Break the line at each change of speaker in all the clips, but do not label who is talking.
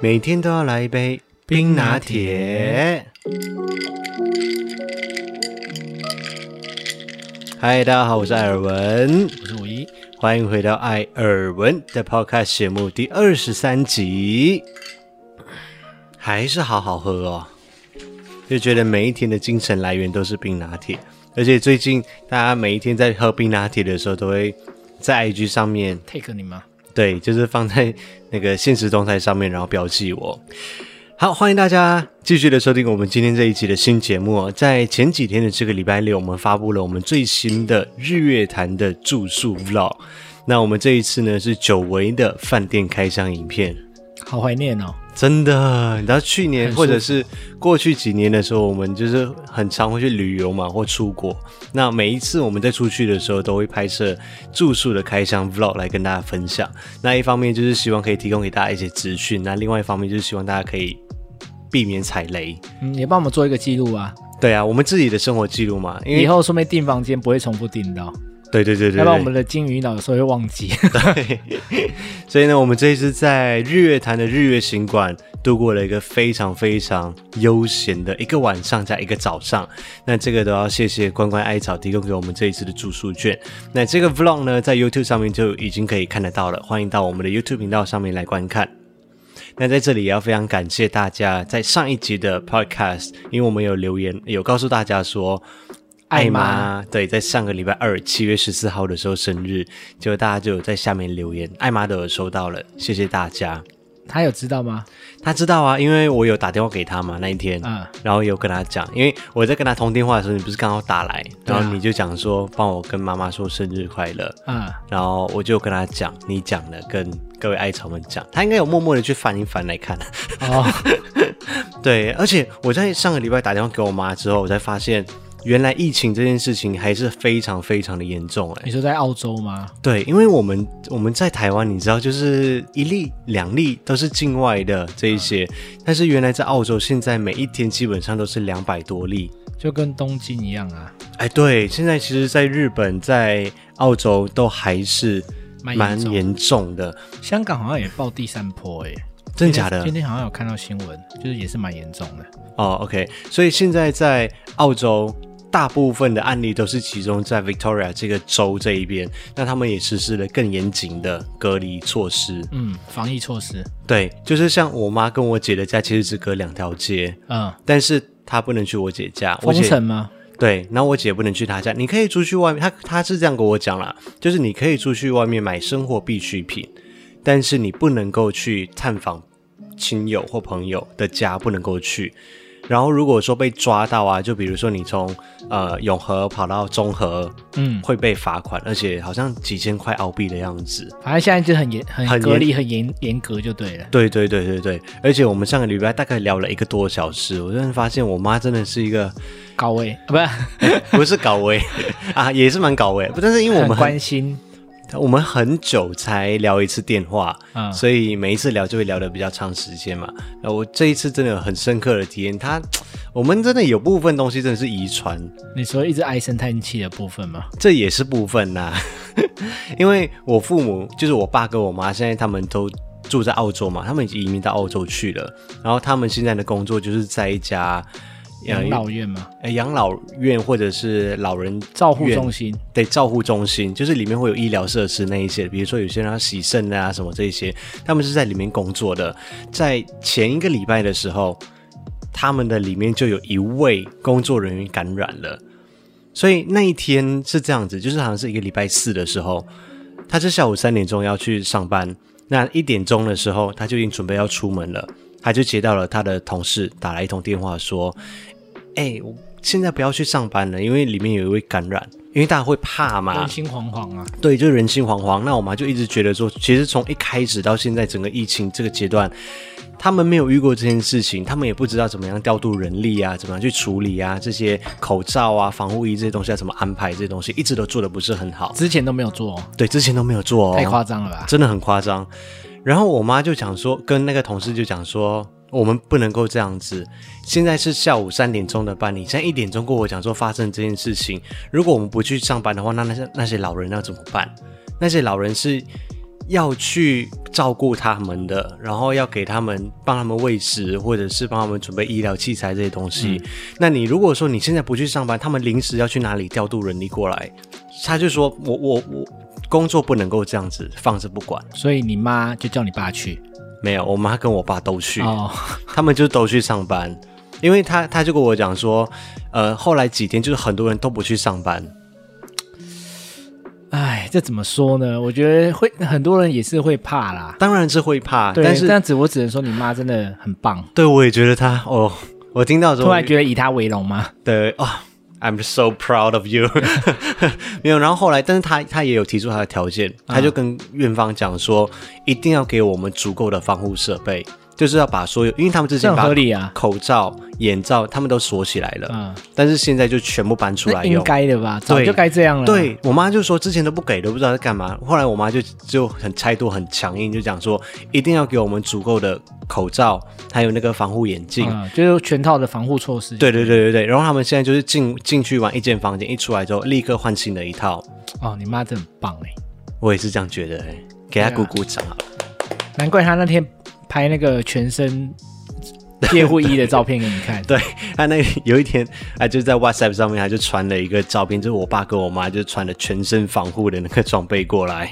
每天都要来一杯冰拿铁。嗨，大家好，我是艾尔文，
我是五一，
欢迎回到艾尔文的 Podcast 节目第二十三集。还是好好喝哦，就觉得每一天的精神来源都是冰拿铁，而且最近大家每一天在喝冰拿铁的时候，都会在 IG 上面
take 你吗？
对，就是放在那个现实动态上面，然后标记我。好，欢迎大家继续的收听我们今天这一期的新节目、哦。在前几天的这个礼拜六，我们发布了我们最新的日月潭的住宿 vlog。那我们这一次呢是久违的饭店开箱影片，
好怀念哦，
真的。你知道去年
很舒服
或者是过去几年的时候，我们就是很常会去旅游嘛，或出国。那每一次我们在出去的时候，都会拍摄住宿的开箱 vlog 来跟大家分享。那一方面就是希望可以提供给大家一些资讯，那另外一方面就是希望大家可以避免踩雷。
嗯，也帮我们做一个记录啊，
对啊，我们自己的生活记录嘛，因
以
为
后说明订房间不会重复订到，
对对对对对，
要不然我们的金鱼脑有时候会忘 记。
所以呢，我们这一次在日月潭的日月行馆度过了一个非常非常悠闲的一个晚上加一个早上。那这个都要谢谢关关艾草提供给我们这一次的住宿券。那这个 vlog 呢，在 YouTube 上面就已经可以看得到了，欢迎到我们的 YouTube 频道上面来观看。那在这里也要非常感谢大家，在上一集的 Podcast，因为我们有留言有告诉大家说，
艾妈
妈对，在上个礼拜二七月十四号的时候生日，结果大家就有在下面留言，艾妈都有收到了，谢谢大家。
他有知道吗？
他知道啊，因为我有打电话给他嘛那一天，
啊
然后有跟他讲，因为我在跟他通电话的时候，你不是刚好打来，
对啊
然后你就讲说帮我跟妈妈说生日快乐，
啊，
然后我就跟他讲，你讲了，跟各位艾草们讲，他应该有默默的去翻一翻来看。
哦，
对，而且我在上个礼拜打电话给我妈之后，我才发现原来疫情这件事情还是非常非常的严重哎、
你说在澳洲吗？
对，因为我们我们在台湾，你知道，就是一例两例都是境外的这一些，
嗯
但是原来在澳洲现在每一天基本上都是两百多例。
就跟东京一样啊，
哎，对，现在其实，在日本、在澳洲都还是
蛮
蛮
严重
严重的，
香港好像也爆第三波哎、
真假的
今？天好像有看到新闻，就是也是蛮严重的。
哦，OK，所以现在在澳洲，大部分的案例都是集中在 Victoria 这个州这一边，那他们也实施了更严谨的隔离措施。
嗯，防疫措施，
对，就是像我妈跟我姐的家其实只隔两条街，
嗯，
但是她不能去我姐家，我
封
姐
城吗？
对，然后我姐不能去她家，你可以出去外面，她她是这样跟我讲啦，就是你可以出去外面买生活必需品，但是你不能够去探访亲友或朋友的家，不能够去。然后如果说被抓到啊，就比如说你从呃永和跑到中和，
嗯，
会被罚款，而且好像几千块澳币的样子。
反正现在就很严、很
很
隔
严
离、很严严格就对了。
对对对对对，而且我们上个礼拜大概聊了一个多小时，我真的发现我妈真的是一个
高危啊，不是，
不是搞维啊，也是蛮搞维，但是因为我们
很
很
关心，
我们很久才聊一次电话，
嗯，
所以每一次聊就会聊得比较长时间嘛。呃，我这一次真的有很深刻的体验，他我们真的有部分东西真的是遗传，
你说一直唉声叹气的部分吗？
这也是部分呐、 因为我父母就是我爸跟我妈，现在他们都住在澳洲嘛，他们已经移民到澳洲去了，然后他们现在的工作就是在一家
养老院吗？
呃养老院或者是老人
照护
院
中心，
对照护中心，就是里面会有医疗设施那一些，比如说有些人要洗肾啊什么这一些，他们是在里面工作的。在前一个礼拜的时候，他们的里面就有一位工作人员感染了，所以那一天是这样子，就是好像是一个礼拜四的时候，他是下午三点钟要去上班，那一点钟的时候他就已经准备要出门了，他就接到了他的同事打来一通电话说：“哎、我现在不要去上班了，因为里面有一位感染。”因为大家会怕嘛
人，心惶惶啊，
对，就人心惶惶。那我妈就一直觉得说，其实从一开始到现在整个疫情这个阶段，他们没有遇过这件事情，他们也不知道怎么样调度人力啊，怎么样去处理啊，这些口罩啊、防护衣这些东西要怎么安排，这些东西一直都做的不是很好。
之前都没有做哦，
对，之前都没有做哦，
太夸张了吧？
真的很夸张。然后我妈就讲说，跟那个同事就讲说，我们不能够这样子。现在是下午三点钟的班，你现在一点钟跟我讲说发生这件事情，如果我们不去上班的话，那那些那些老人要怎么办？那些老人是要去照顾他们的，然后要给他们帮他们喂食，或者是帮他们准备医疗器材这些东西。那你如果说你现在不去上班，他们临时要去哪里调度人力过来，他就说我我我工作不能够这样子放着不管。
所以你妈就叫你爸去
没有，我妈跟我爸都去。
哦，
他们就都去上班，因为他他就跟我讲说，呃，后来几天就是很多人都不去上班，
哎，这怎么说呢？我觉得会很多人也是会怕啦。
当然是会怕，
对，
但是
这样子我只能说你妈真的很棒。
对我也觉得他哦，我听到之
突
后
然觉得以她为荣吗？
对啊、i m so proud of you，没有，然后后来，但是他他也有提出他的条件，他
嗯
就跟院方讲说，一定要给我们足够的防护设备，就是要把所有，因为他们之
这
前
很
把
合理啊。
口罩、眼罩他们都锁起来了，
嗯，
但是现在就全部搬出
那
来
应
用。
该的吧，早就该这样了。，
对我妈就说之前都不给，都不知道在干嘛。后来我妈就就很态度很强硬，就讲说一定要给我们足够的口罩，还有那个防护眼镜。
嗯，就是全套的防护措施。
对对对对对，然后他们现在就是进进去完一间房间，一出来之后立刻换新的一套。
哦，你妈真的很棒哎，
我也是这样觉得、欸，给他
对啊
鼓鼓掌好了。
难怪她那天拍那个全身夜护衣的照片给你看。
对他那有一天，啊，就在 WhatsApp 上面，他就传了一个照片，就是我爸跟我妈就穿了全身防护的那个装备过来。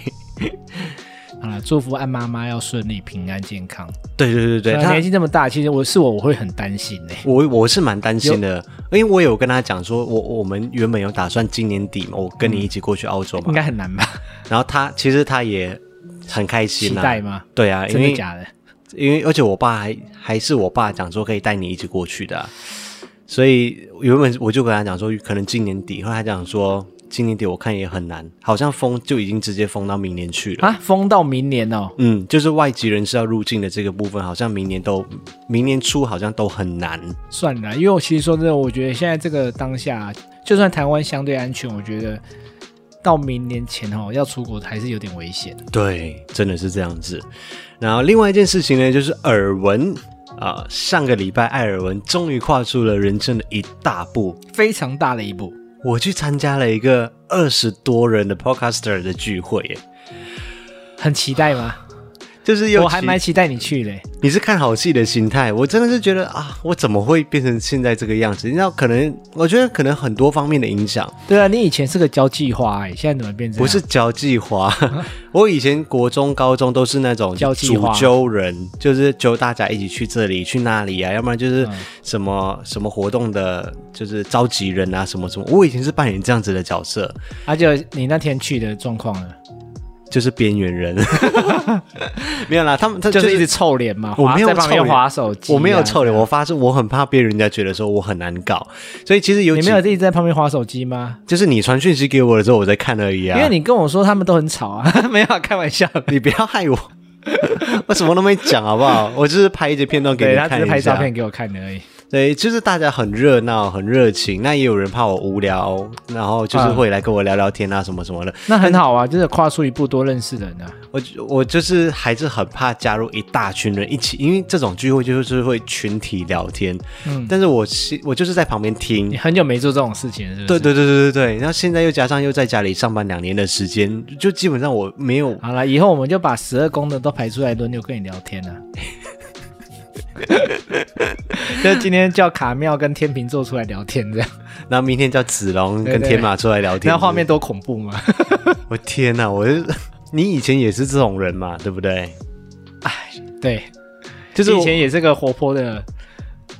好了，啊祝福安妈妈要顺利、平安、健康。
对对对对，
呃
他
年纪这么大，其实我是我，我会很担心 哎、
我我是蛮担心的，因为我有跟他讲说，我我们原本有打算今年底嘛，我跟
嗯
你一起过去澳洲嘛，
应该很难吧？
然后他其实他也很开
期
心啦、
待吗？
对啊，因
真的
为
假的？
因为而且我爸还还是我爸讲说可以带你一起过去的啊、所以原本我就跟他讲说可能今年底，后来他讲说今年底我看也很难，好像封就已经直接封到明年去了。
啊，封到明年哦。
嗯，就是外籍人士要入境的这个部分，好像明年都明年初好像都很难。
算了啦，因为我其实说真的，我觉得现在这个当下，就算台湾相对安全，我觉得到明年前哦，要出国还是有点危险。
对，真的是这样子。然后另外一件事情呢，就是耳闻啊、上个礼拜艾尔文终于跨出了人生的一大步，
非常大的一步。
我去参加了一个二十多人的 podcaster 的聚会耶，
很期待吗？
就是又
我还
期
蛮期待你去嘞。
你是看好戏的心态，我真的是觉得啊，我怎么会变成现在这个样子？你知道，可能我觉得可能很多方面的影响，
对啊，你以前是个交际花哎、现在怎么变成
不是交际 花。我以前国中、高中都是那种
交际
主
花
揪人，就是揪大家一起去这里、去那里啊，要不然就是
嗯
什么、什么活动的，就是召集人啊，什么什么。我以前是扮演这样子的角色，
而且、啊就你那天去的状况呢，
就是边缘人。 没有啦，他们他
就是一直臭脸嘛，
我
滑
没有
在旁
臭
边
脸
划手机、啊
我没有臭脸，，我发誓我很怕被人家觉得说我很难搞，所以其实有
你
几
没有一直在旁边划手机吗？
就是你传讯息给我的时候我在看而已啊，
因为你跟我说他们都很吵啊， 没有啊开玩笑的。
你不要害我， 我什么都没讲好不好？我就是拍一些片段给
对
你
他只
看
是拍
一
照
下
片，给我看的而已。
对，就是大家很热闹很热情，那也有人怕我无聊，然后就是会来跟我聊聊天啊什么什么的，
那很好啊，就是跨出一步多认识人啊。
我我就是还是很怕加入一大群人一起，因为这种聚会就是会群体聊天，
嗯
但是我是我就是在旁边听
你，很久没做这种事情了是不
对
是？
对对对对对，然后现在又加上又在家里上班两年的时间，就基本上我没有，
好了，以后我们就把十二宫的都排出来轮流跟你聊天 啊。就今天叫卡妙跟天秤座出来聊天这样，
然后明天叫子龙
对
跟天马出来聊天。
那画面，多恐怖吗？
我天哪！我是你以前也是这种人嘛，对不对？
对，
就
就是是
我
以前也是个活泼的，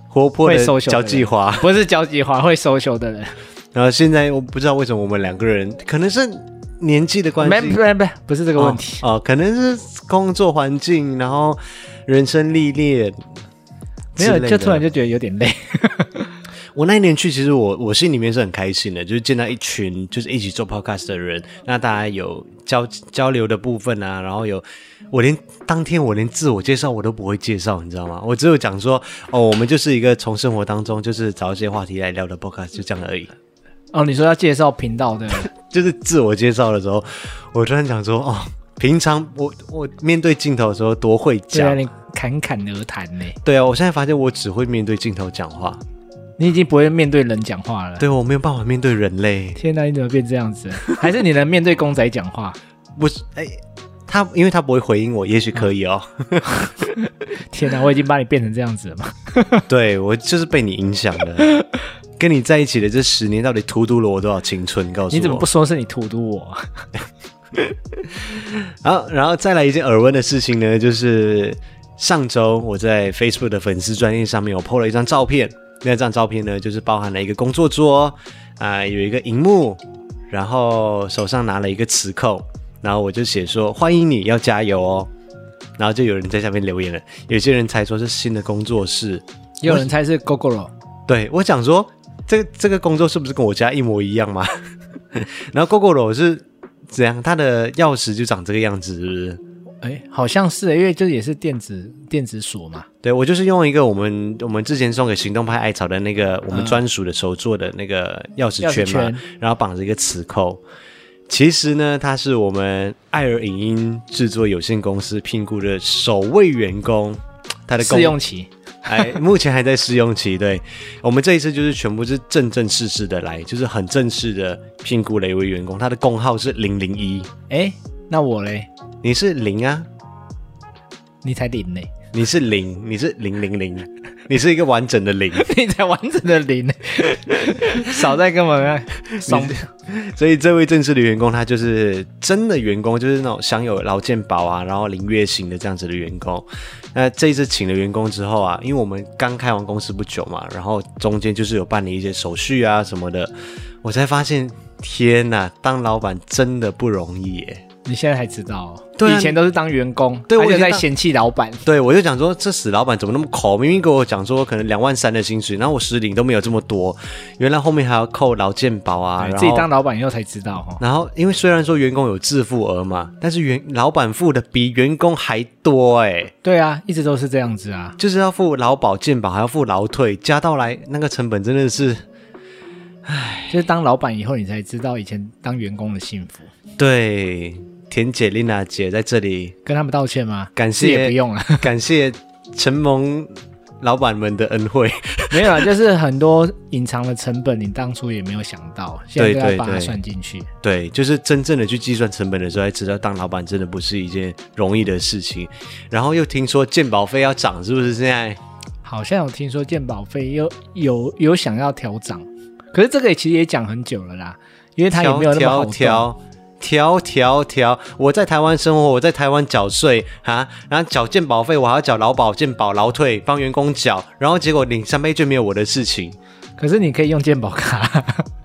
活泼
会 social
的交
的
际花，
不是交际花会 social 的人，
然后现在我不知道为什么我们两个人可能是年纪的 关
没
系，
没没，不是这个问题。
哦哦，可能是工作环境，然后人生历练。
没有
之，类
就
的
突然就觉得有点累。
我那一年去，其实我我心里面是很开心的，就是见到一群就是一起做 podcast 的人，那大家有交交流的部分啊，然后有我连当天我连自我介绍我都不会介绍，你知道吗？我只有讲说哦，我们就是一个从生活当中就是找一些话题来聊的 podcast，就这样而已。
哦，你说要介绍频道 的，
就是自我介绍的时候，我突然讲说哦，平常我我面对镜头的时候多会
对啊，
讲，
你侃侃而谈呢，
对啊，我现在发现我只会面对镜头讲话，
你已经不会面对人讲话了。
对我没有办法面对人类。
天哪，你怎么变这样子？还是你能面对公仔讲话？
不是，哎、他因为他不会回应我，也许可以哦。
天哪，我已经把你变成这样子了嘛？
对我就是被你影响的，跟你在一起的这十年到底荼毒了我多少青春？告诉我，
你怎么不说是你荼毒我啊？
好，然后再来一件耳闻的事情呢，就是上周我在 Facebook 的粉丝专页上面，我 PO 了一张照片。那张照片呢，就是包含了一个工作桌，啊、有一个荧幕，然后手上拿了一个磁扣，然后我就写说欢迎你要加油哦。然后就有人在下面留言了，有些人猜说是新的工作室，
也有人猜是 GoGo
对我想说，这个这个工作是不是跟我家一模一样嘛？ 然后 GoGoRo 是怎样？它的钥匙就长这个样子，是不是？
哎，好像是，因为这也是电子电子锁嘛。
对我就是用一个我们我们之前送给行动派艾草的那个我们专属的手做的那个钥匙
嗯钥匙
圈嘛，
圈
然后绑着一个磁扣。其实呢，他是我们爱尔影音制作有限公司聘雇的首位员工，他的工
试用期，
哎，目前还在试用期。对我们这一次就是全部是正正式式的来，就是很正式的聘雇了一位员工，他的工号是零零一，
哎，那我嘞，
你是零啊，
你才零嘞，
你是零，你是零零零，你是一个完整的零，
你才完整的零嘞， 少在跟我 们少
所以这位正式的员工他就是真的员工，就是那种享有劳健保啊，然后领月薪的这样子的员工。那这一次请了员工之后啊，因为我们刚开完公司不久嘛，然后中间就是有办理一些手续啊什么的，我才发现，天呐，当老板真的不容易耶。
你现在才知道、哦，
对啊
以前都是当员工，
对我
还
以
有
前
在
当
嫌弃老板，
对，我就讲说这死老板怎么那么抠，明明给我讲说可能两万三的薪水，然后我实领都没有这么多，原来后面还要扣劳健保啊，
哎
然后
自己当老板以后才知道哈、哦。
然后，因为虽然说员工有自付额嘛，但是员老板付的比员工还多哎、
对啊，一直都是这样子啊。
就是要付劳保、健保，还要付劳退，加到来那个成本真的是，
就是当老板以后，你才知道以前当员工的幸福。
对。田姐、丽娜姐在这里
跟他们道歉吗？
感
是也
谢
不用啊 了，
感谢承蒙老板们的恩惠，
没有啊，就是很多隐藏的成本，你当初也没有想到，现在
对
都要
对
把它
对
算进去。
对，就是真正的去计算成本的时候，才知道当老板真的不是一件容易的事情。然后又听说健保费要涨，是不是现在？
好像有听说健保费又有有想要调涨，可是这个也其实也讲很久了啦，因为它也没有那么
调
好动
调调调调，我在台湾生活，我在台湾缴税啊，然后缴健保费，我还要缴劳保、健保、劳退，帮员工缴，然后结果领三倍券没有我的事情，
可是你可以用健保卡，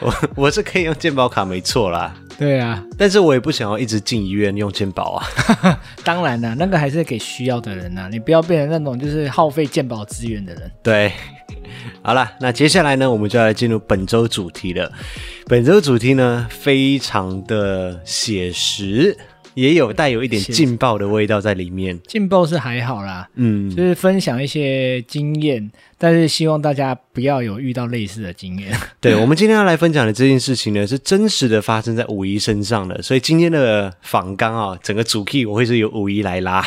我我是可以用健保卡没错啦，
对啊，
但是我也不想要一直进医院用健保啊，
当然啦、那个还是给需要的人呐、你不要变成那种就是耗费健保资源的人。
对。好啦，那接下来呢，我们就要来进入本周主题了。本周主题呢，非常的写实，也有带有一点
写实
劲爆的味道在里面。
劲爆是还好啦，
嗯，
就是分享一些经验，但是希望大家不要有遇到类似的经验。
对，我们今天要来分享的这件事情呢，是真实的发生在五一身上的，所以今天的访纲啊，整个主 key 我会是由五一来拉，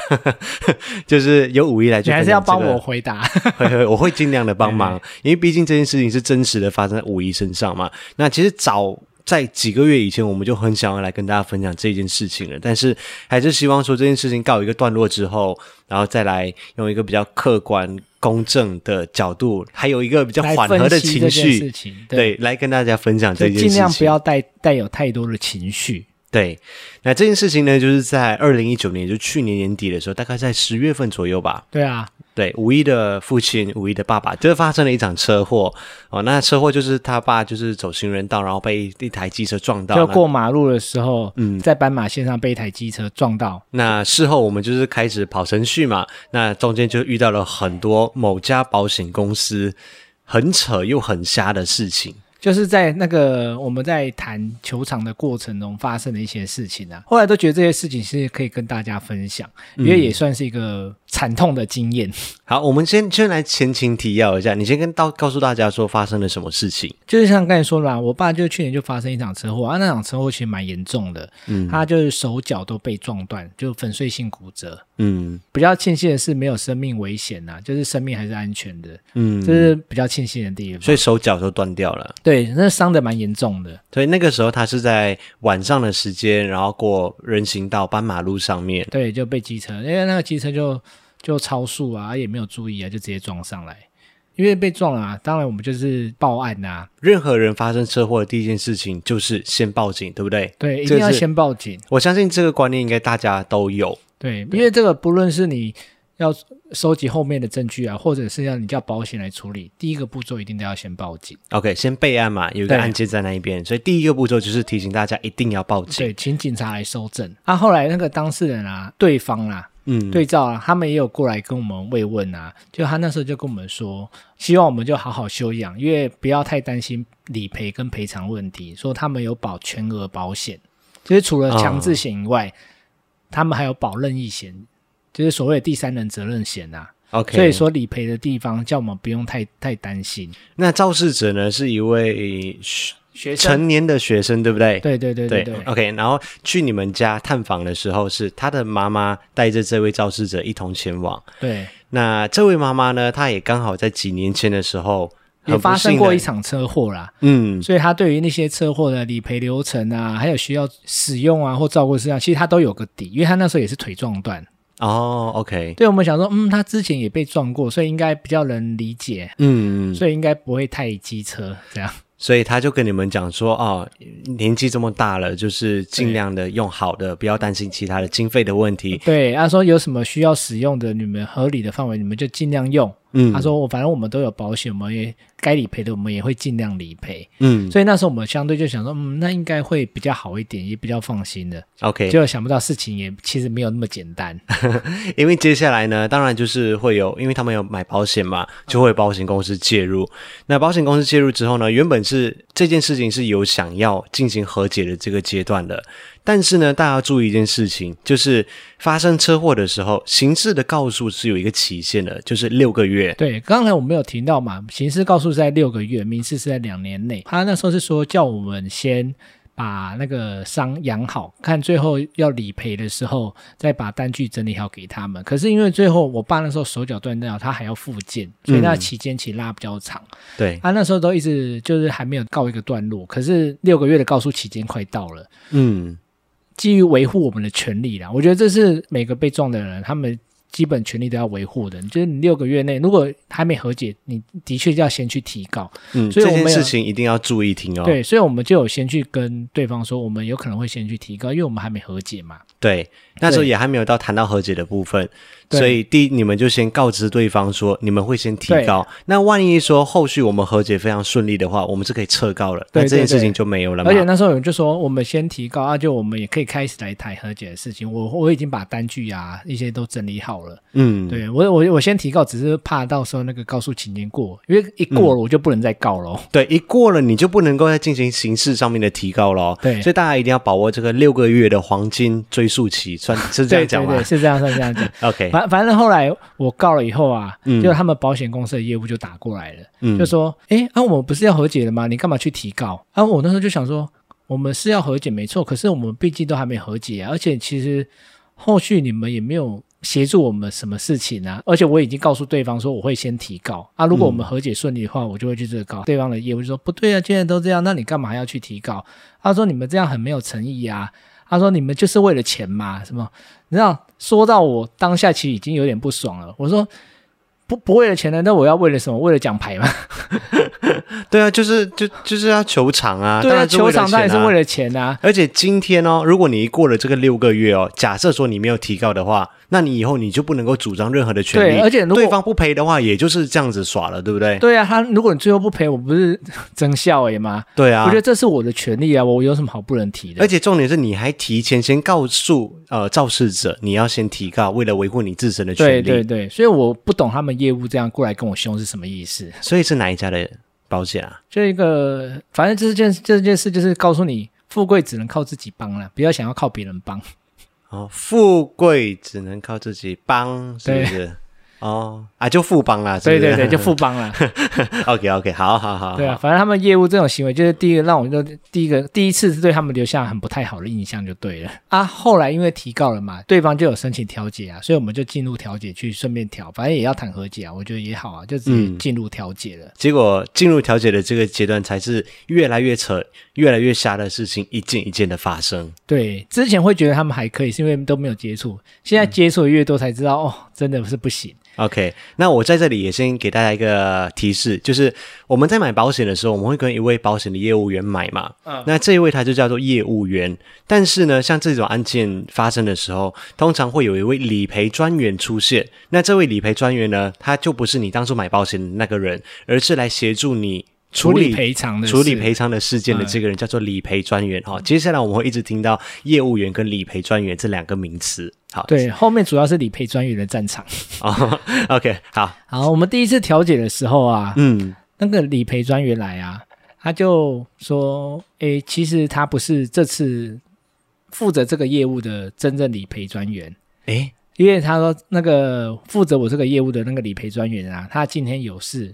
就是由五一来去
你还
分
是要
享这
帮
个
我哎回答，
会会，我会尽量的帮忙，因为毕竟这件事情是真实的发生在五一身上嘛。那其实早在几个月以前，我们就很想要来跟大家分享这件事情了，但是还是希望说这件事情告一个段落之后，然后再来用一个比较客观、公正的角度，还有一个比较
来
缓
分
和的
析
情
这件事
绪。
情，对，
对，来跟大家分享这件
就
事情。
尽量不要带带有太多的情绪。
对，那这件事情呢，就是在二零一九年，就去年年底的时候，大概在十月份左右吧。
对啊，
对，五一的父亲，五一的爸爸，就是发生了一场车祸哦。那车祸就是他爸就是走行人道，然后被一台机车撞到。
就
那
过马路的时候，
嗯
在斑马线上被一台机车撞到，
那事后我们就是开始跑程序嘛，那中间就遇到了很多某家保险公司很扯又很瞎的事情。
就是在那个我们在谈球场的过程中
嗯
发生的一些事情啊，后来都觉得这些事情是可以跟大家分享，因为也算是一个惨痛的经验。
好，我们先先来前情提要一下，你先跟到告诉大家说发生了什么事情。
就是像刚才说的嘛，我爸就去年就发生一场车祸啊，那场车祸其实蛮严重的，
嗯
他就是手脚都被撞断，就粉碎性骨折。
嗯
比较庆幸的是没有生命危险呐、就是生命还是安全的，
嗯，
这是比较庆幸的地方。
所以手脚都断掉了。
对，那伤的蛮严重的，
所以那个时候他是在晚上的时间，然后过人行道、斑马路上面。
对，就被机车，因为那个机车就就超速啊，也没有注意啊，就直接撞上来。因为被撞了、啊，当然我们就是报案呐、啊
任何人发生车祸的第一件事情就是先报警，对不对？
对，一
这
定要
是
先报警。
我相信这个观念应该大家都有。
对，因为这个不论是你要收集后面的证据啊，或者是要你叫保险来处理，第一个步骤一定都要先报警。
OK，先备案嘛，有一个
对
案件在那一边，所以第一个步骤就是提醒大家一定要报警。
对，请警察来收证。啊，后来那个当事人啊，对方啊，
嗯，
对照啊，他们也有过来跟我们慰问啊，就他那时候就跟我们说，希望我们就好好休养，因为不要太担心理赔跟赔偿问题，说他们有保全额保险，就是除了强制险以外，他们还有保任意险，就是所谓的第三人责任险啊。
，OK。
所以，说理赔的地方叫我们不用太太担心。
那肇事者呢是一位学
学
成年的学生，对不对？哦
对对对对对，
OK，然后去你们家探访的时候，是他的妈妈带着这位肇事者一同前往。
对，
那这位妈妈呢，她也刚好在几年前的时候
也
很不
发生
幸
过
地
一场车祸啦，
嗯，
所以他对于那些车祸的理赔流程啊，还有需要使用啊或照顾事项，其实他都有个底，因为他那时候也是腿撞断。
哦，OK，
对我们想说，嗯，他之前也被撞过，所以应该比较能理解，
嗯，
所以应该不会太机车这样。
所以他就跟你们讲说，哦，年纪这么大了，就是尽量的用好的，不要担心其他的经费的问题。
对，他说有什么需要使用的，你们合理的范围你们就尽量用。
嗯，
他，说我反正我们都有保险，我们也该理赔的我们也会尽量理赔。
嗯
所以那时候我们相对就想说，嗯，那应该会比较好一点，也比较放心的。
，OK，
结果想不到事情也其实没有那么简单。
因为接下来呢，当然就是会有，因为他们有买保险嘛，就会有保险公司介入。那保险公司介入之后呢，原本是这件事情是有想要进行和解的这个阶段的，但是呢，大家要注意一件事情，就是发生车祸的时候，刑事的告诉是有一个期限的，就是六个月。
对，刚才我们有提到嘛，刑事告诉是在六个月，民事是在两年内。他那时候是说叫我们先把那个伤养好，看最后要理赔的时候再把单据整理好给他们。可是因为最后我爸那时候手脚断掉，他还要复健，所以那期间其实拉比较长。啊
对，
他那时候都一直就是还没有告一个段落，可是六个月的告诉期间快到了。
嗯。
基于维护我们的权利啦。我觉得这是每个被撞的人他们基本权利都要维护的。就是你六个月内如果还没和解，你的确要先去提告。
嗯，
所以
这
我
件
们有
事情一定要注意听哦。
对，所以我们就有先去跟对方说，我们有可能会先去提告，因为我们还没和解嘛。
对那时候也还没有到谈到和解的部分，
对
所以第一你们就先告知对方说你们会先提高。那万一说后续我们和解非常顺利的话，我们是可以撤告了，那
对
这件
对对
事情就没有了嘛
而。且那时候有人就说，我们先提告啊，就我们也可以开始来谈和解的事情。我我已经把单据啊一些都整理好了。
嗯，
对我我我先提告，只是怕到时候那个告诉期间过，因为一过
嗯
了我就不能再告了。
对，一过了你就不能够再进行刑事上面的提高了哦。
对
所以大家一定要把握这个六个月的黄金追溯期，算是这样
对
讲
对
吗
对，是这样是这样讲。
？OK，
反反正后来我告了以后啊，
嗯
就他们保险公司的业务就打过来了，
嗯
就说：“哎，啊，我们不是要和解了吗？你干嘛去提告？”啊，我那时候就想说，我们是要和解没错，可是我们毕竟都还没和解、啊，而且其实后续你们也没有协助我们什么事情啊，而且我已经告诉对方说我会先提告啊，如果我们和解顺利的话，我就会去这个告。对方的业务就说：“不对啊，既然都这样，那你干嘛还要去提告？”他说：“你们这样很没有诚意啊。”他说：“你们就是为了钱嘛，什么？”你知道，说到我当下其实已经有点不爽了。我说不不为了钱呢，那我要为了什么？为了奖牌嘛。
对啊，就是就就是要求偿啊，
对
当
啊，
然是为
球
了
场当
钱
然是
啊
为了钱啊。
而且今天哦，如果你过了这个六个月哦，假设说你没有提告的话，那你以后你就不能够主张任何的权利。
对而且如果
对方不赔的话，也就是这样子耍了，对不对？
对啊，他如果你最后不赔，我不是 真笑诶吗？
对啊。
我觉得这是我的权利啊，我有什么好不能提的
而？且重点是，你还提前先告诉呃肇事者，你要先提告，为了维护你自身的权
对
利。
对对，所以我不懂他们业务这样过来跟我凶是什么意思。
所以是哪一家的保险啊？
就一个，反正这件这件事就是告诉你，富贵只能靠自己帮了，不要想要靠别人帮。
哦，富贵只能靠自己帮，是不是？哦啊，就富帮啦，是不
对
是
对对，就 富邦啦。
OK OK，好好好，
对啊，反正他们业务这种行为，就是第一个让我就第一个第一次是对他们留下很不太好的印象就对了啊。后来因为提告了嘛，对方就有申请调解啊，所以我们就进入调解去顺便调，反正也要谈和解啊，我觉得也好啊，就直接进入调解了。
结果进入调解的这个阶段，才是越来越扯、越来越瞎的事情一件一件的发生。
对，之前会觉得他们还可以，是因为都没有接触，现在接触的越多才知道、哦，真的是不行。
OK，那我在这里也先给大家一个提示，就是我们在买保险的时候，我们会跟一位保险的业务员买嘛。
嗯
那这一位他就叫做业务员，但是呢，像这种案件发生的时候，通常会有一位理赔专员出现。那这位理赔专员呢，他就不是你当初买保险的那个人，而是来协助你处
处
理
理赔偿的
处理
事
赔偿的事
哎
件的这个人叫做理赔专员哈、接下来我们会一直听到业务员跟理赔专员这两个名词。好，
对，后面主要是理赔专员的战场。
哦，OK，好，
好，我们第一次调解的时候啊，
嗯
那个理赔专员来啊，他就说：“诶，其实他不是这次负责这个业务的真正理赔专员，
诶，
因为他说那个负责我这个业务的那个理赔专员啊，他今天有事，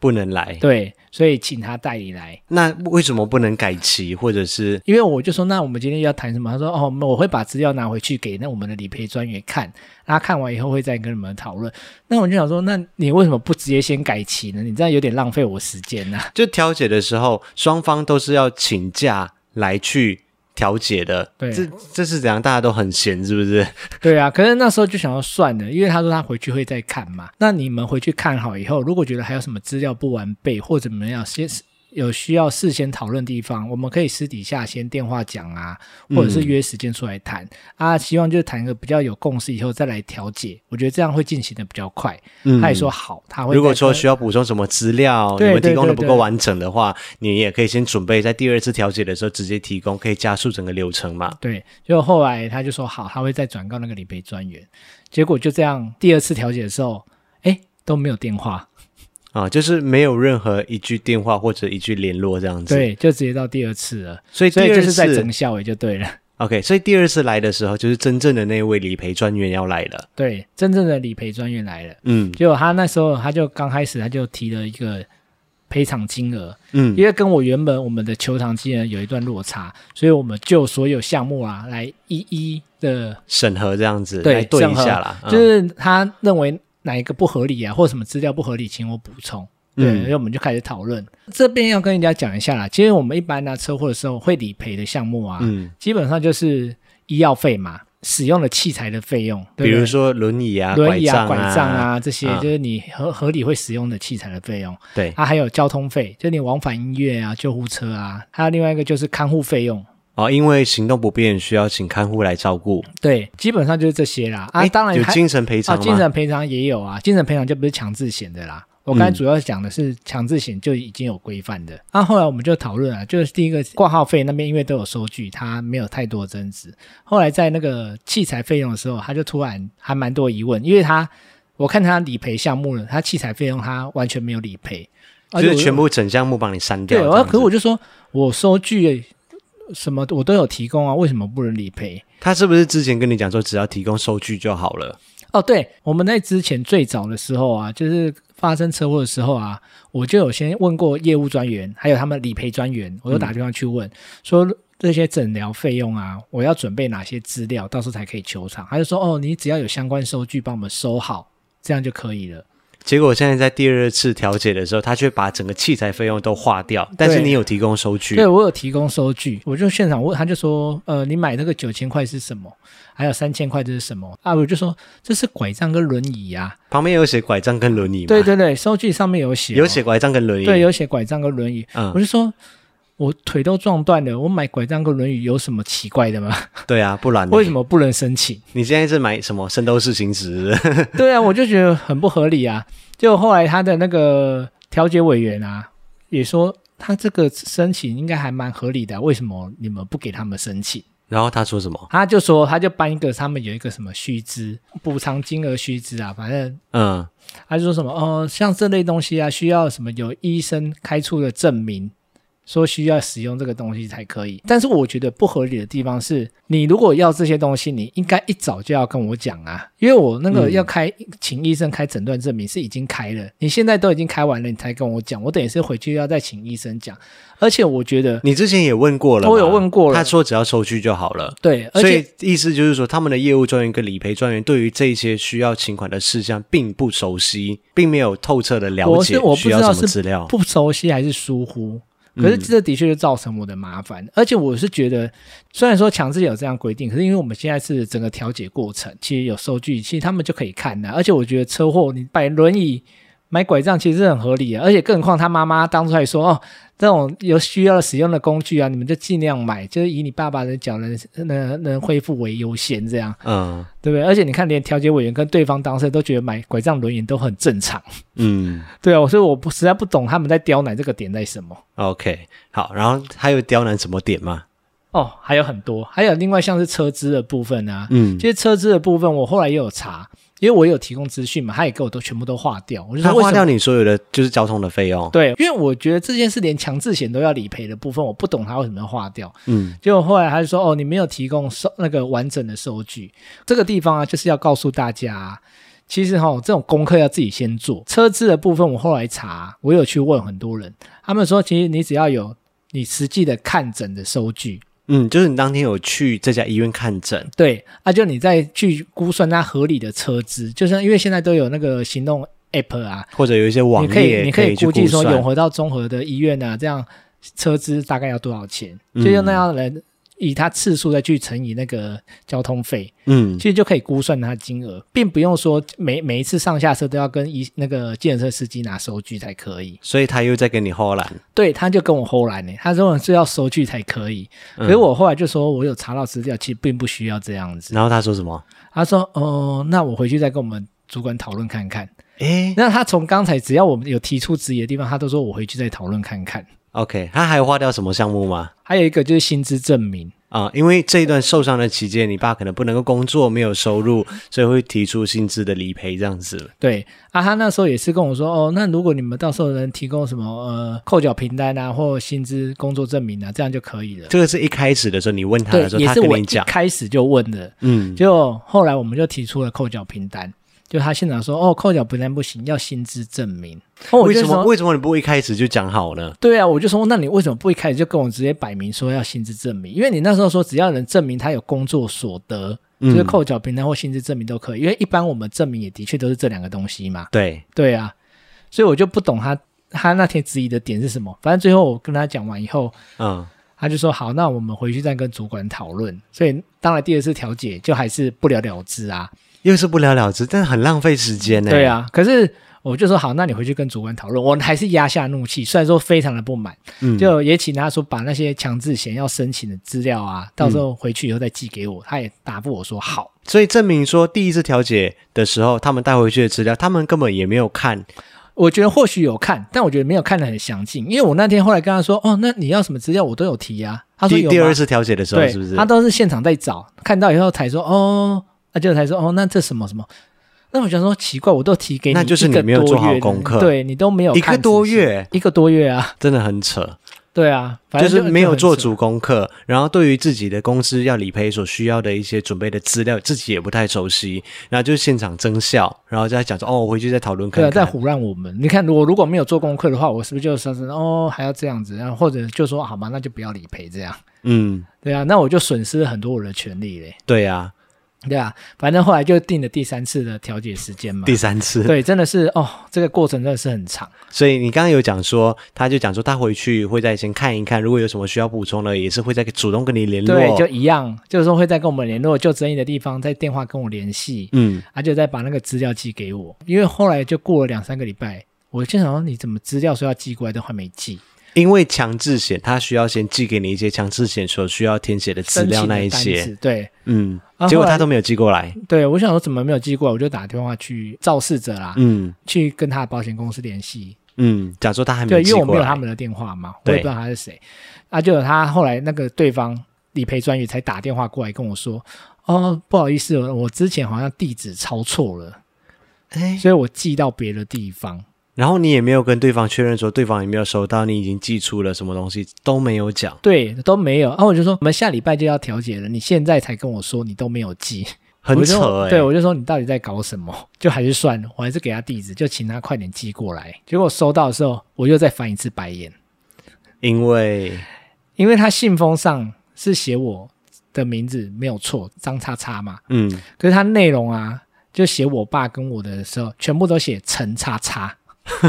不能来。
对，所以请他代理来。
那为什么不能改期，或者是
因为我就说，那我们今天要谈什么？他说：哦，我会把资料拿回去给那我们的理赔专员看，他看完以后会再跟你们讨论。那我就想说，那你为什么不直接先改期呢？你这样有点浪费我时间啊呐、
就调解的时候，双方都是要请假来去调解的？
对
这这是怎样？大家都很闲，是不是？
对啊，可是那时候就想要算了，因为他说他回去会再看嘛。那你们回去看好以后，如果觉得还有什么资料不完备或怎么样，先有需要事先讨论的地方，我们可以私底下先电话讲啊，
嗯
或者是约时间出来谈、啊。希望就是谈个比较有共识以后再来调解，我觉得这样会进行的比较快。
嗯
啊他也说好，他会再跟。
如果说需要补充什么资料，你
对
们提
对
供的
对
不
对
够完整的话，你也可以先准备在第二次调解的时候直接提供，可以加速整个流程嘛。
对，就后来他就说好，他会再转告那个理赔专员。结果就这样，第二次调解的时候，哎，都没有电话。
啊，就是没有任何一句电话或者一句联络这样子。，
对，就直接到第二次了，
所以第
所以
二
就
次
是在整校也就对了。
OK，所以第二次来的时候，就是真正的那位理赔专员要来了。
对，真正的理赔专员来了，
嗯
结果他那时候他就刚开始他就提了一个赔偿金额，
嗯
因为跟我原本我们的求偿金额有一段落差，所以我们就所有项目啊来一一的
审核这样子来
对
对
审
一
核
下啦。嗯
就是他认为哪一个不合理啊，或什么资料不合理，请我补充。对，
嗯
所以我们就开始讨论。这边要跟人家讲一下啦，其实我们一般拿车祸的时候会理赔的项目啊，
嗯，
基本上就是医药费嘛，使用的器材的费用，对
比
不对
如说轮椅啊、
轮椅啊、
拐
拐
杖
杖，啊这些，
嗯
就是你合合理会使用的器材的费用。
对
啊，还有交通费，就你往返医院啊、救护车啊，还有另外一个就是看护费用。
哦，因为行动不便需要请看护来照顾。
对，基本上就是这些啦。啊，
诶
当然
有
还
精神赔
啊，
偿吗？
精神赔偿也有啊，精神赔偿就不是强制险的啦。我刚才
嗯
主要讲的是强制险就已经有规范的。那、后来我们就讨论啊，就是第一个挂号费那边因为都有收据，它没有太多争执。后来在那个器材费用的时候，他就突然还蛮多疑问，因为他我看他理赔项目了，他器材费用他完全没哦有理赔，而且
就
我
是全部整项目帮你删掉
对，
这样
啊
子。
可是我就说我收据什么我都有提供啊，为什么不能理赔？
他是不是之前跟你讲说，只要提供收据就好了？
哦，对，我们在之前最早的时候啊，就是发生车祸的时候啊，我就有先问过业务专员，还有他们理赔专员，我
嗯
就打电话去问、说。这些诊疗费用啊，我要准备哪些资料，到时候才可以求偿？他就说：“哦，你只要有相关收据，帮我们收好，这样就可以了。
结果现在在第二次调解的时候，他却把整个器材费用都划掉，但是
对
你有提供收”据
对，我有提供收据，我就现场问，他就说：“呃，你买那个九千块是什么？还有三千块这是什么？”啊，我就说：“这是拐杖跟轮椅啊。
旁边有写拐杖跟轮椅”吗？
对对对，收据上面有写哦、
有写拐杖跟轮椅。
对，有写拐杖跟轮椅。
嗯
我，就说，我腿都撞断了，我买拐杖跟轮椅有什么奇怪的吗？
对啊，不然呢
为什么不能申请？
你现在是买什么圣斗士星矢？
对啊，我就觉得很不合理啊。就后来他的那个调解委员啊，也说他这个申请应该还蛮合理的啊、为什么你们不给他们申请？
然后他说什么？
他就说，他就颁一个他们有一个什么须知补偿金额须知啊，反正
嗯，
他就说什么哦，像这类东西啊，需要什么有医生开出的证明，说需要使用这个东西才可以。但是我觉得不合理的地方是，你如果要这些东西，你应该一早就要跟我讲啊，因为我那
嗯
个要开，请医生开诊断证明是已经开了，你现在都已经开完了，你才跟我讲，我等于是回去要再请医生讲。而且我觉得，
你之前也问过了嘛，
我有问过了
他说只要收据就好了。
对，而
所
且
以意思就是说，他们的业务专员跟理赔专员对于这些需要请款的事项并不熟悉，并没有透彻的了
我
解
是我不
需
知
要
道
什么
是
资料。
不熟悉还是疏忽。可是这的确就造成我的麻烦，而且我是觉得，虽然说强制有这样规定，可是因为我们现在是整个调解过程，其实有收据，其实他们就可以看啊的、而且我觉得车祸你摆轮椅、买拐杖其实是很合理的，啊而且更何况他妈妈当初还说哦，这种有需要使用的工具啊，你们就尽量买，就是以你爸爸的脚能能能恢复为优先这样，
嗯
对不对？而且你看，连调解委员跟对方当事人都觉得买拐杖轮椅都很正常。
嗯
对啊，所以我不实在不懂他们在刁难这个点在什么。
，OK，好。然后还有刁难什么点吗？
哦，还有很多，还有另外像是车资的部分啊，
嗯
其，实车资的部分我后来也有查，因为我有提供资讯嘛，他也给我都全部都划掉。我就
他
说为
花
什
掉
么？
你所有的就是交通的费用。
对，因为我觉得这件事连强制险都要理赔的部分，我不懂他为什么要划掉。
嗯
结果后来他就说：“哦，你没有提供收那个完整的收据，这个地方啊，就是要告诉大家、啊，其实哈、这种功课要自己先做。车资的部分，我后来查，我有去问很多人，他们说，其实你只要有你实际的看诊的收据，
嗯，就是你当天有去这家医院看诊。
对，啊，就你再去估算它合理的车资，就是因为现在都有那个行动 app 啊，
或者有一些网
你
页
可以你可
以
以
去
估计说
算
永和到中和的医院啊，这样车资大概要多少钱，
嗯
就用那样来以它次数再去乘以那个交通费，
嗯
其实就可以估算它的金额，并不用说每每一次上下车都要跟一那个计程车司机拿收据才可以。
所以他又在跟你后来，
对，他就跟我后来呢，他说是要收据才可以，
嗯
可是我后来就说我有查到资料，其实并不需要这样子。
然后他说什么？
他说哦、那我回去再跟我们主管讨论看看。
诶
那他从刚才只要我们有提出质疑的地方，他都说我回去再讨论看看。
o k 他还花掉什么项目吗？
还有一个就是薪资证明，
啊、因为这一段受伤的期间，你爸可能不能够工作，没有收入，所以会提出薪资的理赔这样子。
对啊，他那时候也是跟我说，哦，那如果你们到时候能提供什么呃扣缴凭单啊，或薪资工作证明啊，这样就可以了。
这个是一开始的时候你问他
对
的时，候，
也
他
是
跟
我
你
一
讲，
开始就问的，
嗯，
就后来我们就提出了扣缴凭单，就他现场说，哦，扣缴凭单不行，要薪资证明。哦，我
为
就
什么
说，
为什么你不一开始就讲好呢？
对啊，我就说，那你为什么不一开始就跟我直接摆明说要薪资证明？因为你那时候说只要能证明他有工作所得，
嗯
就是扣缴凭单或薪资证明都可以，因为一般我们证明也的确都是这两个东西嘛。
对，
对啊，所以我就不懂他他那天质疑的点是什么。反正最后我跟他讲完以后，
嗯，
他就说好，那我们回去再跟主管讨论。所以当然第二次调解就还是不了了之啊。
又是不了了之，但很浪费时间欸呢、
对，啊，可是我就说好，那你回去跟主管讨论。我还是压下怒气，虽然说非常的不满，
嗯，
就也请他说把那些强制险要申请的资料
嗯
啊，到时候回去以后再寄给我。他也答复我说好。
所以证明说第一次调解的时候，他们带回去的资料，他们根本也没有看，
我觉得或许有看，但我觉得没有看得很详尽，因为我那天后来跟他说，哦，那你要什么资料我都有提啊。他说
第
有
第
吗
二次调解的时候
对，
是不是
他？都是现场在找，看到以后才说哦，他就才说哦，那这什么什么？那我想说奇怪，我都提给你，
那就是你没有做好功课
对你都没有
一个
看
多
仔细，
月，
一个多月啊，
真的很扯。
对啊，反
就
正
是没有做。
就很
足功课，然后对于自己的公司要理赔所需要的一些准备的资料，自己也不太熟悉，然后就现场争笑，然后再讲说哦，我回去再讨论
扯对啊，
看
在
看。
胡乱我们。你看，我如果没有做功课的话，我是不是就说是哦，还要这样子，然后或者就说好吧，那就不要理赔这样。
嗯，
对啊，那我就损失了很多我的权利嘞。
对啊，
对啊，反正后来就定了第三次的调解时间嘛。
第三次。
对，真的是哦，这个过程真的是很长。
所以你刚刚有讲说，他就讲说他回去会再先看一看，如果有什么需要补充的，也是会再主动跟你联络。
对，就一样，就是说会再跟我们联络，就争议的地方再电话跟我联系，
嗯，
他、就再把那个资料寄给我。因为后来就过了两三个礼拜，我就想说你怎么资料说要寄过来都还没寄，
因为强制险，他需要先寄给你一些强制险所需要填写的资料
申请的
那一
单
些，
子对
嗯，
啊
结果
后来
他都没有寄过来。
对，我想说怎么没有寄过来，我就打电话去肇事者啦，
嗯
去跟他的保险公司联系，
嗯，讲说他还没有
对，因
寄
为我没
过
有他
来。
们的电话嘛，我
对
也不知道他是谁。啊，就有他后来那个对方理赔专员才打电话过来跟我说，哦，不好意思，我之前好像地址抄错了，
哎，
所以我寄到别的地方。
然后你也没有跟对方确认说对方有没有收到，你已经寄出了什么东西都没有讲，
对，都没有。然、后啊我就说我们下礼拜就要调解了，你现在才跟我说你都没有寄，
很
我就
扯哎、
对，我就说你到底在搞什么？就还是算了，我还是给他地址，就请他快点寄过来。结果收到的时候，我又再翻一次白眼，
因为
因为他信封上是写我的名字没有错，张叉叉嘛。
嗯，
可是它内容啊，就写我爸跟我的时候，全部都写陈叉叉。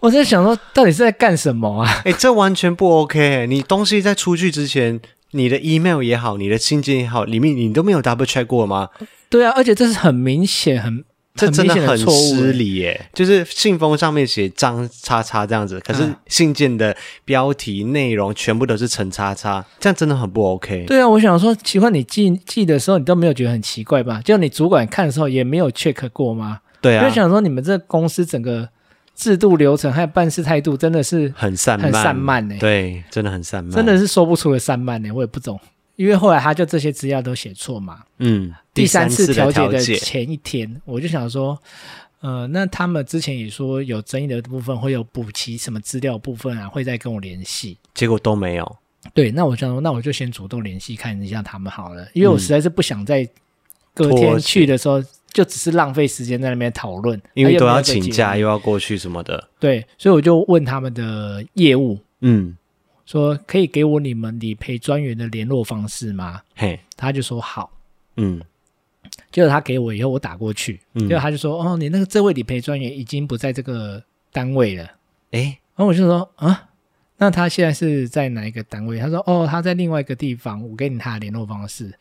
我在想说，到底是在干什么啊？
哎、这完全不 OK 欸、你东西在出去之前，你的 email 也好，你的信件也好，里面你都没有 double check 过吗？
对啊，而且这是很明显、很
这
很
真
明显
很
错误
失
欸。
礼耶、就是信封上面写张叉叉这样子，可是
嗯
信件的标题内容全部都是陈叉叉，这样真的很不 OK。
对啊，我想说，奇怪，你寄寄的时候你都没有觉得很奇怪吧？就你主管看的时候也没有 check 过吗？
对啊
就，想说，你们这公司整个制度流程还有办事态度，真的是
很散漫，
很散漫欸
对，真的很散漫，
真的，是说不出的散漫欸呢、我也不懂。因为后来他就这些资料都写错嘛，
嗯，
第
三
三次
的
调解
解
的前一天，我就想说，呃，那他们之前也说有争议的部分会有补齐什么资料部分啊，会再跟我联系。
结果都没有，
对，那我想说，那我就先主动联系看一下他们好了，因为我
嗯
实在是不想在隔
拖
天
延
去的时候就只是浪费时间在那边讨论，
因
啊
为
又
都
没有
要
在
请
结
假
论
又要过去什么的，
对，所以我就问他们的业务
嗯，
说，可以给我你们理赔专员的联络方式吗？
嘿，
他就说好。
嗯
结果他给我以后，我打过去，
嗯
结果，他就说：“哦，你那个这位理赔专员已经不在这个单位了。
哎，”
然后我就说：“啊，那他现在是在哪一个单位？”他说：“哦，他在另外一个地方，我给你他的联络方式。”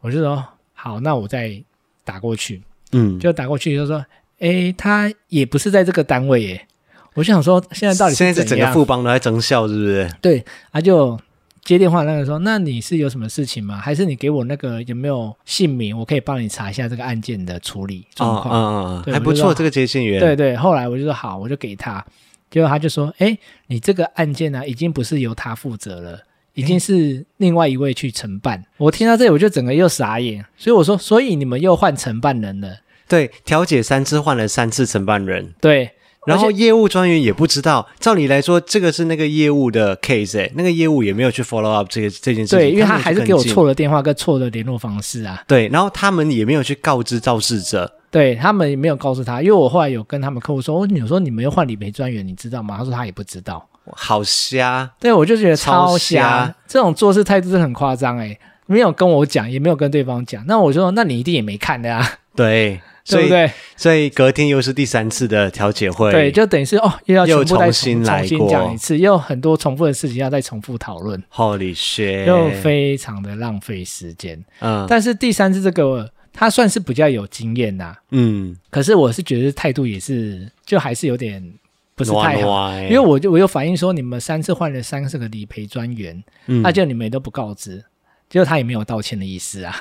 我就说：“好，那我再打过去。”
嗯，
就打过去就说：“诶，他也不是在这个单位耶。”我就想说，现在到底
现在
是
这整
怎
个
样？
富邦都在争笑，是不是？
对，他就接电话那个说：“那你是有什么事情吗？还是你给我那个有没有姓名？我可以帮你查一下这个案件的处理状
哦，
况。
嗯嗯嗯，
对
还
我
不
就
错，
说
这个接线员，
对对，后来我就说好，我就给他，结果他就说，哎，你这个案件呢、已经不是由他负责了，已经是另外一位去承办。我听到这里，我就整个又傻眼，所以我说，所以你们又换承办人了，
对调解三次换了三次承办人，
对，
然后
而且
业务专员也不知道。照理来说，这个是那个业务的 case，哎、那个业务也没有去 follow up 这个这件事情，
对，因为
他
他
们也
还是
跟
给我
进。
错了电话跟错的联络方式啊，
对，然后他们也没有去告知肇事者，
对他们也没有告诉他，因为我后来有跟他们客户说，我你说你们又换理赔专员，你知道吗？他说他也不知道。
好瞎。
对，我就觉得
超
超瞎，
瞎
这种做事态度是很夸张哎、没有跟我讲，也没有跟对方讲。那我就说，那你一定也没看的啊，
对，所
对
以
不对？
所以隔天又是第三次的调解会，
对，就等于是哦，又要全
又
部再
重
重
新来
重新
过
讲一次，又有很多重复的事情要再重复讨论，
Holy shit，
又非常的浪费时间。
嗯
但是第三次这个，他算是比较有经验呐、
嗯，
可是我是觉得态度也是，就还是有点不是太好。
暖暖欸
因为我就我有反映说，你们三次换了三四个理赔专员，
嗯
那就你们也都不告知，结果他也没有道歉的意思啊。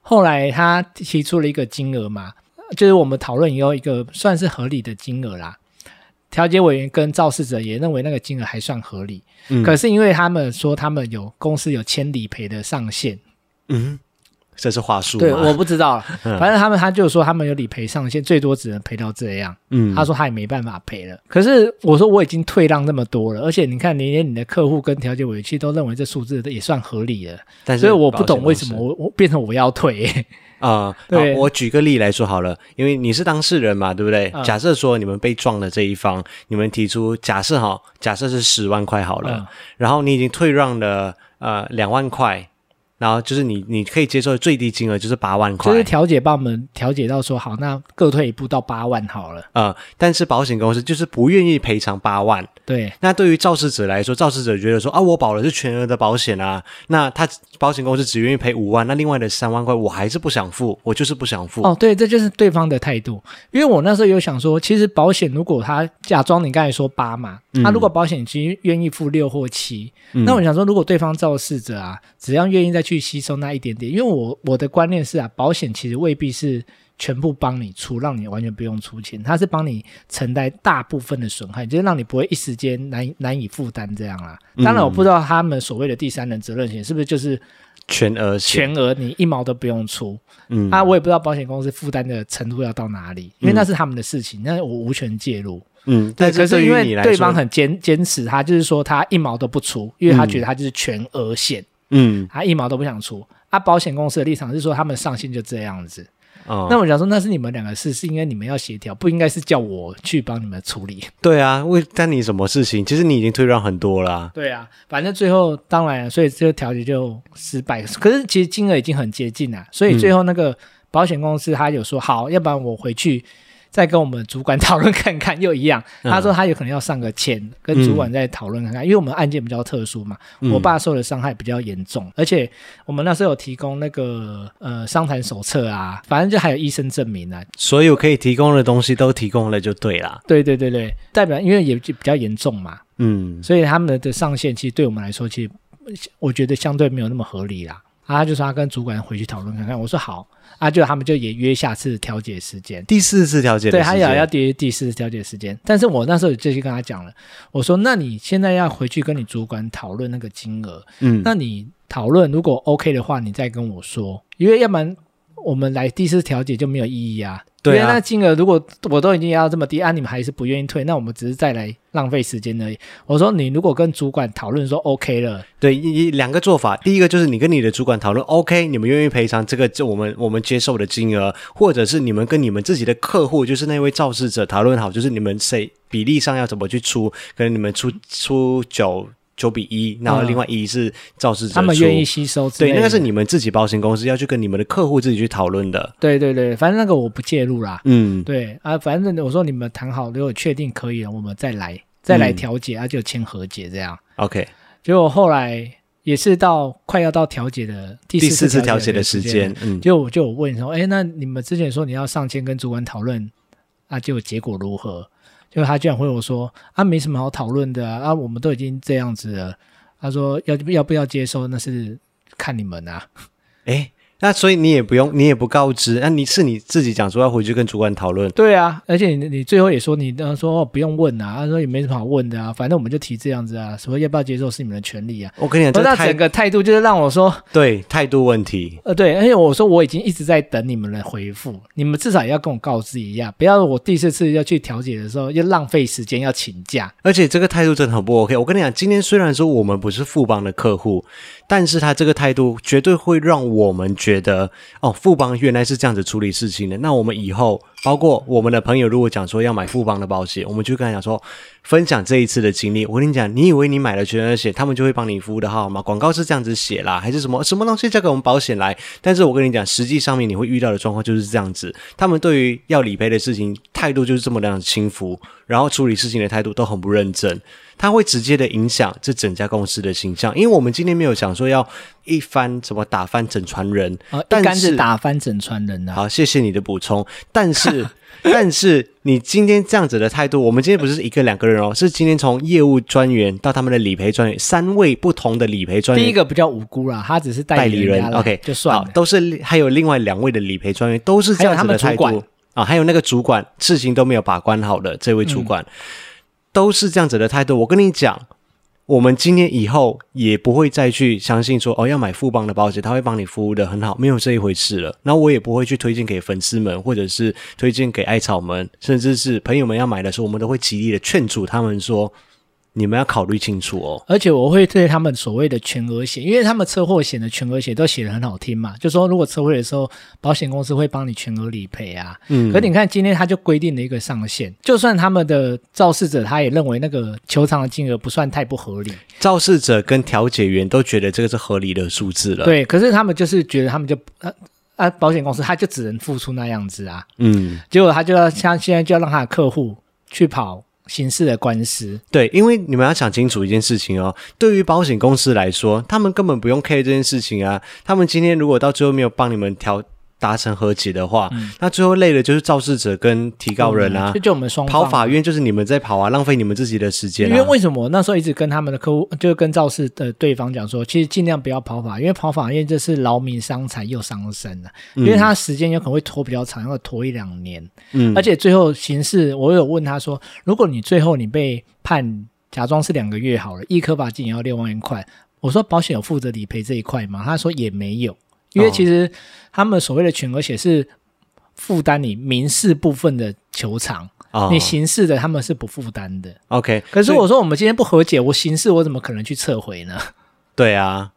后来他提出了一个金额嘛，就是我们讨论以后一个算是合理的金额啦。调解委员跟肇事者也认为那个金额还算合理，
嗯
可是因为他们说他们有公司有签理赔的上限，
嗯，这是话术吗，嗯
对，我不知道了，反正他们他就说他们有理赔上限，最多只能赔到这样。
嗯，
他说他也没办法赔了。可是我说我已经退让那么多了，而且你看，你连你的客户跟调解委员其实都认为这数字也算合理了，
但是
所以我不
保险
懂
公
为
司
什么我我变成我要退、 欸
啊、
对
好我举个例来说好了，因为你是当事人嘛，对不对？
嗯
假设说你们被撞的这一方，你们提出假设哈，假设是十万块好了，
嗯
然后你已经退让了呃两万块，然后就是你你可以接受的最低金额就是八万块
就，是调解帮我们调解到说好，那各退一步到八万好了。
呃，但是保险公司就是不愿意赔偿八万。
对
那对于肇事者来说，肇事者觉得说啊，我保的是全额的保险啊，那他保险公司只愿意赔五万，那另外的三万块我还是不想付，我就是不想付。
哦，对，这就是对方的态度。因为我那时候有想说，其实保险如果他假装你刚才说八嘛，他如果保险其实愿意付六或七，
嗯
那我想说，如果对方肇事者啊，只要愿意再去吸收那一点点，因为我我的观念是啊，保险其实未必是全部帮你出，让你完全不用出钱，它是帮你承担大部分的损害，就是让你不会一时间难以难以负担这样啦、当然，我不知道他们所谓的第三人责任险是不是就是
全额险，
全额你一毛都不用出、
嗯
啊？我也不知道保险公司负担的程度要到哪里，因为那是他们的事情，那我无权介入。
嗯，但
对，可
对
是因
于你
为
来
对
说
方，很坚坚持，他就是说他一毛都不出，因为他觉得他就是全额险，
嗯，
他一毛都不想出。啊，保险公司的立场是说他们上限就这样子。
哦
那我想说，那是你们两个事，是应该你们要协调，不应该是叫我去帮你们处理。
对啊，为但你什么事情，其实你已经退让很多啦、
对啊，反正最后当然，啊所以这个调解就失败。可是其实金额已经很接近了，所以最后那个保险公司他有说好，要不然我回去再跟我们主管 讨论看看，又一样。
嗯
他说他有可能要上个签，跟主管再讨论看看，因为我们案件比较特殊嘛，我爸受的伤害比较严重，而且我们那时候有提供那个呃伤残手册啊，反正就还有医生证明啊，
所有可以提供的东西都提供了就对啦。
对对对对，代表因为也比较严重嘛，
嗯，
所以他们的上限其实对我们来说，其实我觉得相对没有那么合理啦。啊，他就说他跟主管回去讨论看看，我说好，啊，就他们就也约下次调解时间。
第四次调解的
对，
时
他
间，
也要第第四次调解时间，但是我那时候就去跟他讲了，我说那你现在要回去跟你主管讨论那个金额，
嗯，
那你讨论如果 OK 的话，你再跟我说，因为要不然我们来第四调解就没有意义啊。
对啊
因为那金额如果我都已经压到这么低，啊，你们还是不愿意退，那我们只是再来浪费时间而已。我说你如果跟主管讨论说 OK 了，
对一一两个做法，第一个就是你跟你的主管讨论，OK，你们愿意赔偿这个这我们我们接受的金额，或者是你们跟你们自己的客户，就是那位肇事者讨论好，就是你们谁比例上要怎么去出，可能你们出出九九比一，然后另外一是肇事者出，
嗯他们愿意吸收之类
对，
的，
那个是你们自己保险公司要去跟你们的客户自己去讨论的，
对对对，反正那个我不介入啦。
嗯，
对啊，反正我说你们谈好，如果确定可以了，我们再来再来
嗯
调解，啊，就签和解这样。
，OK，
结果后来也是到快要到调解的第
第
四
四次调
解
解的
时
时
间
间，嗯，
就我就有问说，哎，那你们之前说你要上签跟主管讨论，啊，结果结果如何？就他居然回我说，啊，没什么好讨论的啊，啊我们都已经这样子了。他说要要不要接受，那是看你们啊。
哎。那所以你也不用，你也不告知，那你是你自己讲说要回去跟主管讨论，
对啊，而且你你最后也说你他说、哦、不用问啊，他说也没什么好问的啊，反正我们就提这样子啊，什么要不要接受是你们的权利啊。
我跟你哎讲，这个
那
态
整个态度就是让我说，
对态度问题，
呃，对，而且我说我已经一直在等你们的回复，你们至少也要跟我告知一下，不要我第四次要去调解的时候又浪费时间要请假。
而且这个态度真的很不 OK。我跟你讲，今天虽然说我们不是富邦的客户，但是他这个态度绝对会让我们觉得，哦，富邦原来是这样子处理事情的。那我们以后，包括我们的朋友，如果讲说要买富邦的保险，我们就跟他讲说，分享这一次的经历。我跟你讲，你以为你买了全额险，他们就会帮你付的号吗？广告是这样子写啦，还是什么什么东西交给我们保险来？但是我跟你讲，实际上面你会遇到的状况就是这样子。他们对于要理赔的事情态度就是这么样轻浮，然后处理事情的态度都很不认真，它会直接的影响这整家公司的形象。因为我们今天没有想说要一翻怎么打翻整船人，
啊，一
但
竿子
是
打翻整船人啊！
好，谢谢你的补充。但 是，但是你今天这样子的态度，我们今天不是一个两个人哦，是今天从业务专员到他们的理赔专员，三位不同的理赔专
第一
员。
个不叫无辜啦，他只是
代
理
理人
家啦
，OK，
就算
好
了。
都是还有另外两位的理赔专员，都是这样子的态
还有他们
度
主
啊，还有那个主管事情都没有把关好的这位主
嗯
管，都是这样子的态度。我跟你讲，我们今天以后也不会再去相信说哦，要买富邦的保险，他会帮你服务的很好，没有这一回事了。然后我也不会去推荐给粉丝们，或者是推荐给艾草们，甚至是朋友们要买的时候，我们都会极力的劝阻他们说，你们要考虑清楚哦。
而且我会对他们所谓的全额险，因为他们车祸险的全额险都写的很好听嘛，就说如果车祸的时候，保险公司会帮你全额理赔啊。
嗯
可你看今天他就规定了一个上限，就算他们的肇事者他也认为那个球场的金额不算太不合理，
肇事者跟调解员都觉得这个是合理的数字了。，
对，可是他们就是觉得他们就啊啊，保险公司他就只能付出那样子啊，
嗯，
结果他就要像现在就要让他的客户去跑刑事的官司，
对，因为你们要想清楚一件事情哦，对于保险公司来说，他们根本不用 care 这件事情啊。他们今天如果到最后没有帮你们调达成和解的话，
嗯
那最后累的就是肇事者跟提告人啊
就，就我们双方
跑
啊
法院就是你们在跑啊，浪费你们自己的时间
因为
啊。
为什么我那时候一直跟他们的客户，就跟肇事的对方讲说，其实尽量不要跑法，因为跑法院这是劳民伤财又伤身的、因为他时间有可能会拖比较长，要拖一两年。
嗯
而且最后刑事，我有问他说，如果你最后你被判假装是两个月好了，一颗罚金也要六万块，我说保险有负责理赔这一块吗？他说也没有，因为
哦
其实他们所谓的全额险是负担你民事部分的球场。
哦
你刑事的他们是不负担的。
OK，
可是
所以
我说我们今天不和解，我刑事我怎么可能去撤回呢？
对啊，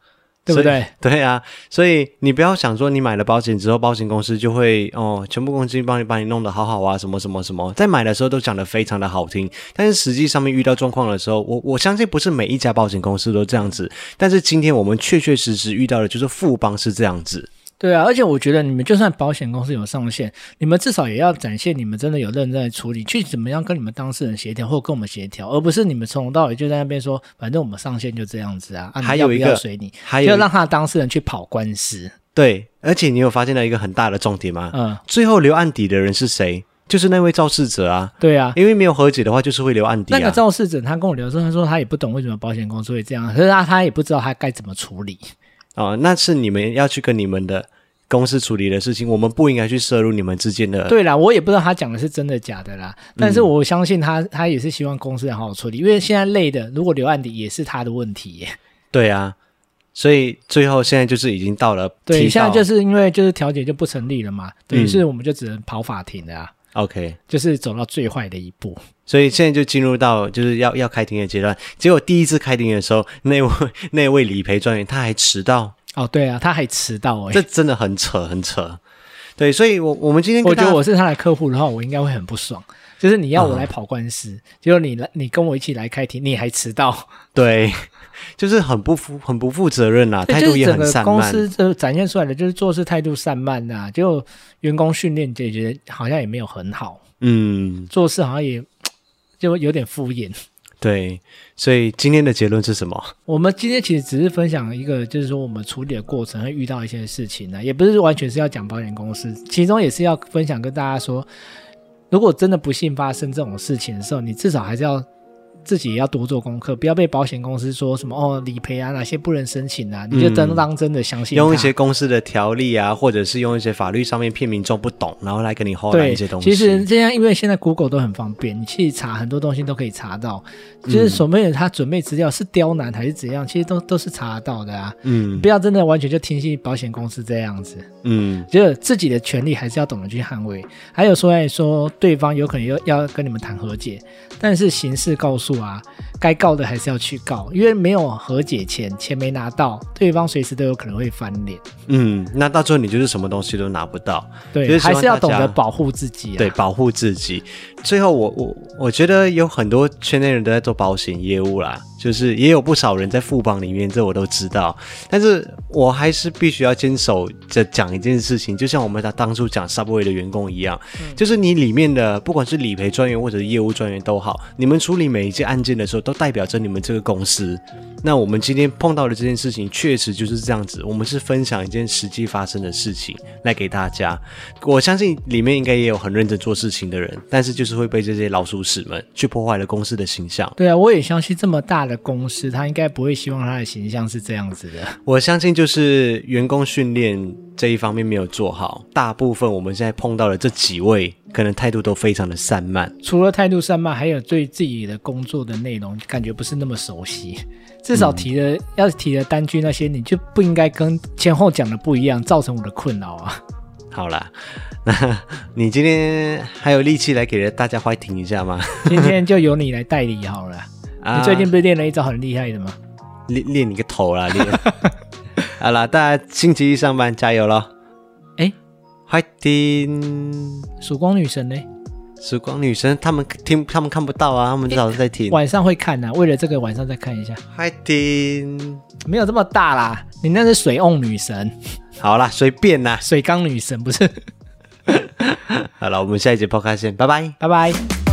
对不对
所以？对啊，所以你不要想说你买了保险之后，保险公司就会哦，全部公司帮你把你弄得好好啊，什么什么什么，在买的时候都讲得非常的好听，但是实际上面遇到状况的时候，我我相信不是每一家保险公司都这样子，但是今天我们确确实实遇到的就是富邦是这样子，
对啊，而且我觉得你们就算保险公司有上线，你们至少也要展现你们真的有认真在处理，去怎么样跟你们当事人协调，或跟我们协调，而不是你们从头到尾就在那边说，反正我们上线就这样子啊，啊，
还
你
有
要不
一个
要随你，
还
就
有
让他的当事人去跑官司。
对，而且你有发现到一个很大的重点吗？
嗯，
最后留案底的人是谁？就是那位肇事者啊，
对啊。
因为没有和解的话，就是会留案底啊。
那个肇事者他跟我聊说，他说他也不懂为什么保险公司会这样，可是他他也不知道他该怎么处理。
哦，那是你们要去跟你们的公司处理的事情，我们不应该去涉入你们之间的。
对啦，我也不知道他讲的是真的假的啦，
嗯
但是我相信他，他也是希望公司好好处理，因为现在累的，如果留案底也是他的问题耶。
对啊，所以最后现在就是已经到了
对，
提
现在
到
就是因为就是调解就不成立了嘛，等于
嗯
是我们就只能跑法庭了啊，
OK，
就是走到最坏的一步。
所以现在就进入到就是要要开庭的阶段。结果第一次开庭的时候，那位 那位理赔专员他还迟到，
哦，对啊，他还迟到哎、
这真的很扯很扯。对，所以我我们今天跟
我觉
大
得
家
我是他的客户的话，我应该会很不爽。就是你要我
嗯
来跑官司，结果你来，你跟我一起来开庭，你还迟到，
对， 就是很不负很不负责任啦、啊态
哎就
度
是
也
整
很
个
散
公
漫。
司就展现出来的就是做事态度散漫呐、就员工训练解决好像也没有很好，
嗯，
做事好像也就有点敷衍。
对，所以今天的结论是什么？
我们今天其实只是分享一个，就是说我们处理的过程会遇到一些事情啊呢、也不是完全是要讲保险公司，其中也是要分享跟大家说，如果真的不幸发生这种事情的时候，你至少还是要自己也要多做功课，不要被保险公司说什么哦理赔啊哪些不能申请啊，你就真当真的相信他、
用一些公司的条例啊，或者是用一些法律上面骗民众不懂，然后来跟你后来
对
哦一些，东西。
其实这样，因为现在 Google 都很方便，你去查很多东西都可以查到，就是
嗯
所谓的他准备资料是刁难还是怎样，其实都都是查得到的啊。
嗯
不要真的完全就听信保险公司这样子，
嗯，
就是自己的权利还是要懂得去捍卫。还有说来说，对方有可能要要跟你们谈和解，但是刑事告诉啊，该告的还是要去告，因为没有和解前，钱没拿到，对方随时都有可能会翻脸。
嗯，那到最后你就是什么东西都拿不到，就是
对，
希望
还是要懂
大家
得保护自己、啊。
对，保护自己。最后我，我我觉得有很多圈内人都在做保险业务啦，就是也有不少人在富邦里面，这我都知道。但是我还是必须要坚守着讲一件事情，就像我们当初讲 Subway 的员工一样，
嗯
就是你里面的不管是理赔专员或者是业务专员都好，你们处理每一件案件的时候，都代表着你们这个公司。那我们今天碰到的这件事情，确实就是这样子。我们是分享一件实际发生的事情来给大家。我相信里面应该也有很认真做事情的人，但是就是会被这些老鼠屎们去破坏了公司的形象。
对啊，我也相信这么大的公司，他应该不会希望他的形象是这样子的。
我相信就是员工训练这一方面没有做好，大部分我们现在碰到的这几位，可能态度都非常的散漫。
除了态度散漫，还有对自己的工作的内容感觉不是那么熟悉。 至少提的、要提的单据那些，你就不应该跟前后讲的不一样，造成我的困扰啊。
好啦， 那你今天还有力气来给大家坏停一下吗？
今天就由你来代理好了。
啊
你最近不是练了一招很厉害的吗？
练练你个头啦！练。 好啦，大家星期一上班加油咯！
诶
坏停！
曙光女神呢？
时光女神他们听他们看不到啊，他们至少是在听。
晚上会看啊，为了这个晚上再看一下，
快听，
没有这么大啦。你那是水瓮女神、
好啦，随便啦。
水缸女神，不是？
好了，我们下一节 podcast 见，拜拜。
拜拜。